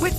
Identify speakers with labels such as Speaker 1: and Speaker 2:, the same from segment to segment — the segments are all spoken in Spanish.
Speaker 1: With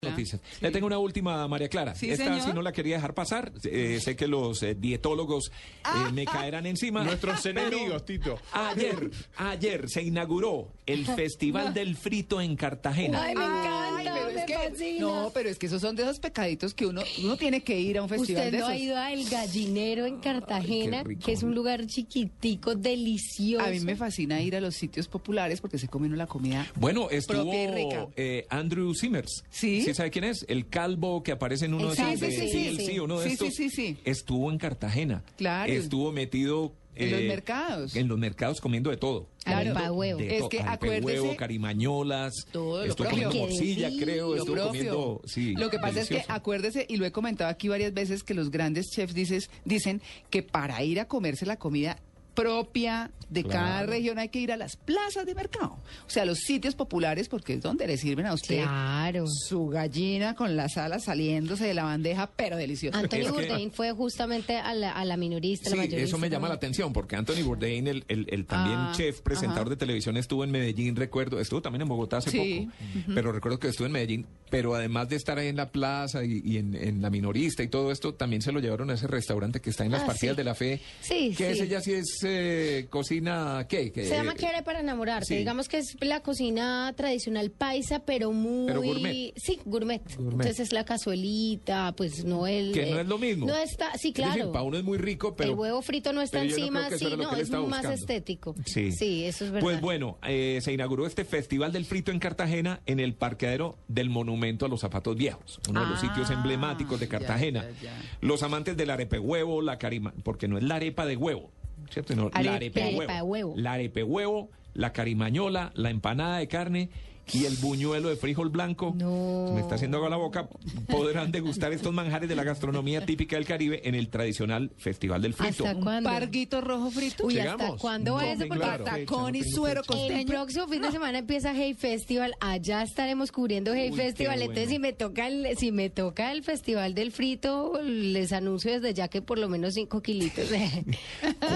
Speaker 2: noticias. Le tengo una última, María Clara.
Speaker 3: Sí,
Speaker 2: Esta
Speaker 3: señor.
Speaker 2: si no la quería dejar pasar. Eh, sé que los eh, dietólogos
Speaker 3: Ah.
Speaker 2: eh, me caerán encima.
Speaker 4: Nuestros
Speaker 2: Pero
Speaker 4: enemigos, Tito.
Speaker 2: Ayer, ayer se inauguró el Festival del Frito en Cartagena.
Speaker 5: Ay, me encanta, me fascina.
Speaker 3: No, pero es que esos son de esos pecaditos que uno, uno tiene que ir a un festival
Speaker 5: Usted
Speaker 3: de
Speaker 5: no
Speaker 3: esos.
Speaker 5: ha ido al gallinero en Cartagena,
Speaker 2: rico.
Speaker 5: que es un lugar chiquitico, delicioso.
Speaker 3: A mí me fascina ir a los sitios populares porque se come uno la comida.
Speaker 2: Bueno, estuvo
Speaker 3: Propia y rica.
Speaker 2: eh, Andrew Simmers.
Speaker 3: ¿Sí?
Speaker 2: sabe quién es? El calvo que aparece en uno
Speaker 5: Exacto,
Speaker 2: de esos.
Speaker 5: sí,
Speaker 2: de
Speaker 5: sí, sí.
Speaker 2: TLC, uno de
Speaker 3: Sí, sí,
Speaker 2: estos.
Speaker 3: sí, sí.
Speaker 2: Estuvo en Cartagena.
Speaker 3: Claro.
Speaker 2: Estuvo metido. eh,
Speaker 3: En los mercados.
Speaker 2: En los mercados comiendo de todo.
Speaker 5: Claro.
Speaker 2: Comiendo
Speaker 5: Arepahuevo.
Speaker 2: de
Speaker 3: Es
Speaker 2: todo.
Speaker 3: que
Speaker 2: Arepahuevo,
Speaker 3: acuérdese-
Speaker 2: carimañolas.
Speaker 3: Todo lo
Speaker 2: estuvo
Speaker 3: propio.
Speaker 2: comiendo
Speaker 5: Qué
Speaker 2: morcilla,
Speaker 5: delicia.
Speaker 2: creo.
Speaker 3: lo
Speaker 2: Estuvo
Speaker 3: propio.
Speaker 2: comiendo. Sí,
Speaker 3: lo que pasa es
Speaker 2: delicioso.
Speaker 3: que acuérdese, y lo he comentado aquí varias veces, que los grandes chefs dices, dicen que para ir a comerse la comida propia de cada región hay que ir a las plazas de mercado. O sea, los sitios populares, porque es donde le sirven a usted
Speaker 5: Claro.
Speaker 3: su gallina con las alas saliéndose de la bandeja, pero deliciosa.
Speaker 5: Anthony
Speaker 2: Es que-
Speaker 5: Bourdain fue justamente a la, a la minorista,
Speaker 2: Sí,
Speaker 5: la mayorista.
Speaker 2: eso me llama
Speaker 5: ¿no?
Speaker 2: la atención porque Anthony Bourdain, el, el- el también
Speaker 3: Ah,
Speaker 2: chef, presentador
Speaker 3: ajá.
Speaker 2: de televisión, estuvo en Medellín, recuerdo, estuvo también en Bogotá hace
Speaker 3: Sí,
Speaker 2: poco, pero recuerdo que estuvo en Medellín, pero además de estar ahí en la plaza y, y en, en la minorista y todo esto, también se lo llevaron a ese restaurante que está en las
Speaker 5: Ah,
Speaker 2: partidas
Speaker 5: sí.
Speaker 2: de la fe.
Speaker 5: Sí,
Speaker 2: que
Speaker 5: sí.
Speaker 2: ese ya sí es eh, cocina, ¿qué? Que-
Speaker 5: Se llama ¿Qué haré para enamorarte?
Speaker 2: sí.
Speaker 5: Digamos que es la cocina tradicional paisa, pero muy...
Speaker 2: Pero gourmet.
Speaker 5: Sí, gourmet.
Speaker 2: Gourmet.
Speaker 5: Entonces es la cazuelita, pues no el...
Speaker 2: Que no
Speaker 5: eh,
Speaker 2: es lo mismo.
Speaker 5: No está, sí,
Speaker 2: Es decir,
Speaker 5: claro.
Speaker 2: para uno es muy rico, pero.
Speaker 5: El huevo frito no está
Speaker 2: pero yo creo
Speaker 5: encima,
Speaker 2: que eso
Speaker 5: sí,
Speaker 2: era lo
Speaker 5: no,
Speaker 2: que él
Speaker 5: es
Speaker 2: estaba
Speaker 5: más este,
Speaker 2: buscando.
Speaker 5: estético.
Speaker 2: Sí.
Speaker 5: Sí, eso es verdad.
Speaker 2: Pues bueno, eh, se inauguró este Festival del Frito en Cartagena en el parqueadero del Monumento a los Zapatos Viejos, uno de los
Speaker 3: Ah,
Speaker 2: sitios emblemáticos de
Speaker 3: ya,
Speaker 2: Cartagena.
Speaker 3: ya, ya.
Speaker 2: Los amantes del arepe huevo, la carima, porque no es la arepa de huevo, ¿cierto? No, la
Speaker 3: Arepe-
Speaker 2: arepe
Speaker 5: arepa de huevo.
Speaker 2: La arepe huevo, la carimañola, la empanada de carne y el buñuelo de frijol blanco.
Speaker 5: No.
Speaker 2: Se Me está haciendo agua la boca. Podrán degustar estos manjares de la gastronomía típica del Caribe en el tradicional Festival del Frito.
Speaker 5: ¿Hasta cuándo?
Speaker 3: Parguito rojo frito.
Speaker 5: Uy,
Speaker 2: Llegamos.
Speaker 5: ¿hasta cuándo va
Speaker 2: No,
Speaker 5: eso?
Speaker 2: me
Speaker 5: Porque
Speaker 2: claro.
Speaker 3: Patacón y
Speaker 2: Fecha, no
Speaker 3: suero
Speaker 2: tengo
Speaker 3: costeño.
Speaker 5: El próximo fin de semana empieza Hey Festival, allá estaremos cubriendo Hey
Speaker 2: Uy, qué
Speaker 5: Festival, entonces
Speaker 2: bueno.
Speaker 5: si me toca el, si me toca el Festival del Frito, les anuncio desde ya que por lo menos 5 kilitos.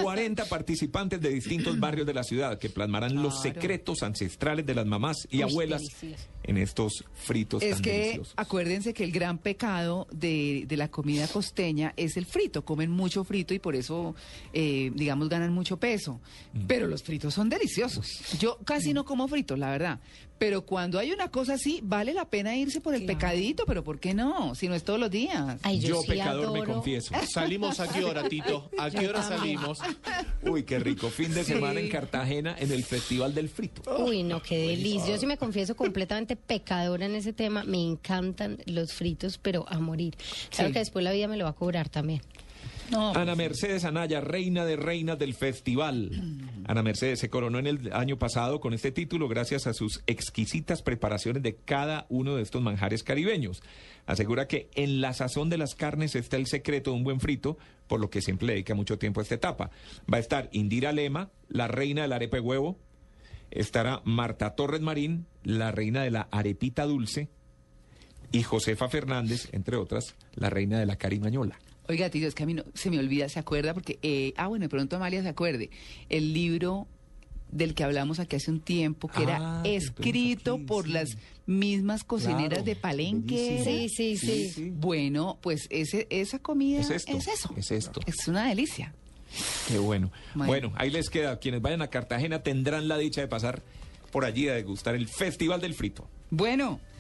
Speaker 2: 40 participantes de distintos barrios de la ciudad que plasmarán los
Speaker 3: Claro.
Speaker 2: secretos ancestrales de las mamás y
Speaker 5: Uy,
Speaker 2: abuelas
Speaker 5: delicioso.
Speaker 2: en estos fritos
Speaker 3: Es
Speaker 2: tan
Speaker 3: que
Speaker 2: deliciosos.
Speaker 3: acuérdense que el gran pecado de, de la comida costeña es el frito. Comen mucho frito y por eso, eh, digamos, ganan mucho peso. Pero los fritos son deliciosos. Yo casi no como fritos, la verdad. Pero cuando hay una cosa así, vale la pena irse por el pecadito. Pero ¿por qué no? Si no es todos los días.
Speaker 5: Ay,
Speaker 2: yo,
Speaker 5: sí
Speaker 2: pecador me
Speaker 5: adoro.
Speaker 2: confieso.
Speaker 4: ¿Salimos a qué hora, Tito? ¿A qué hora salimos?
Speaker 2: Uy, qué rico. Fin de
Speaker 3: Sí.
Speaker 2: semana en Cartagena en el Festival del Frito.
Speaker 5: Uy, no, qué delicia. Yo sí me confieso completamente pecadora en ese tema. Me encantan los fritos, pero a morir. Claro
Speaker 3: Sí.
Speaker 5: que después la vida me lo va a cobrar también.
Speaker 3: No.
Speaker 2: Ana Mercedes Anaya, reina de reinas del festival. Ana Mercedes se coronó en el año pasado con este título gracias a sus exquisitas preparaciones de cada uno de estos manjares caribeños. Asegura que en la sazón de las carnes está el secreto de un buen frito, por lo que siempre le dedica mucho tiempo a esta etapa. Va a estar Indira Lema, la reina del arepe huevo. Estará Marta Torres Marín, la reina de la arepita dulce. Y Josefa Fernández, entre otras, la reina de la carimañola.
Speaker 3: Oiga, tío, es que a mí no, se me olvida, se acuerda, porque, eh, ah, bueno, de pronto Amalia se acuerde, el libro del que hablamos aquí hace un tiempo,
Speaker 2: Ah,
Speaker 3: que era
Speaker 2: que tuvimos
Speaker 3: escrito
Speaker 2: aquí,
Speaker 3: por
Speaker 2: sí.
Speaker 3: las mismas cocineras
Speaker 2: Claro,
Speaker 3: de Palenque.
Speaker 2: bellísimo.
Speaker 5: Sí, sí, sí.
Speaker 3: Bueno, pues ese, esa comida
Speaker 2: Es esto,
Speaker 3: eso.
Speaker 2: es esto.
Speaker 3: Es una delicia.
Speaker 2: Qué bueno.
Speaker 3: Bueno.
Speaker 2: bueno. ahí les queda. Quienes vayan a Cartagena tendrán la dicha de pasar por allí a degustar el Festival del Frito.
Speaker 3: Bueno,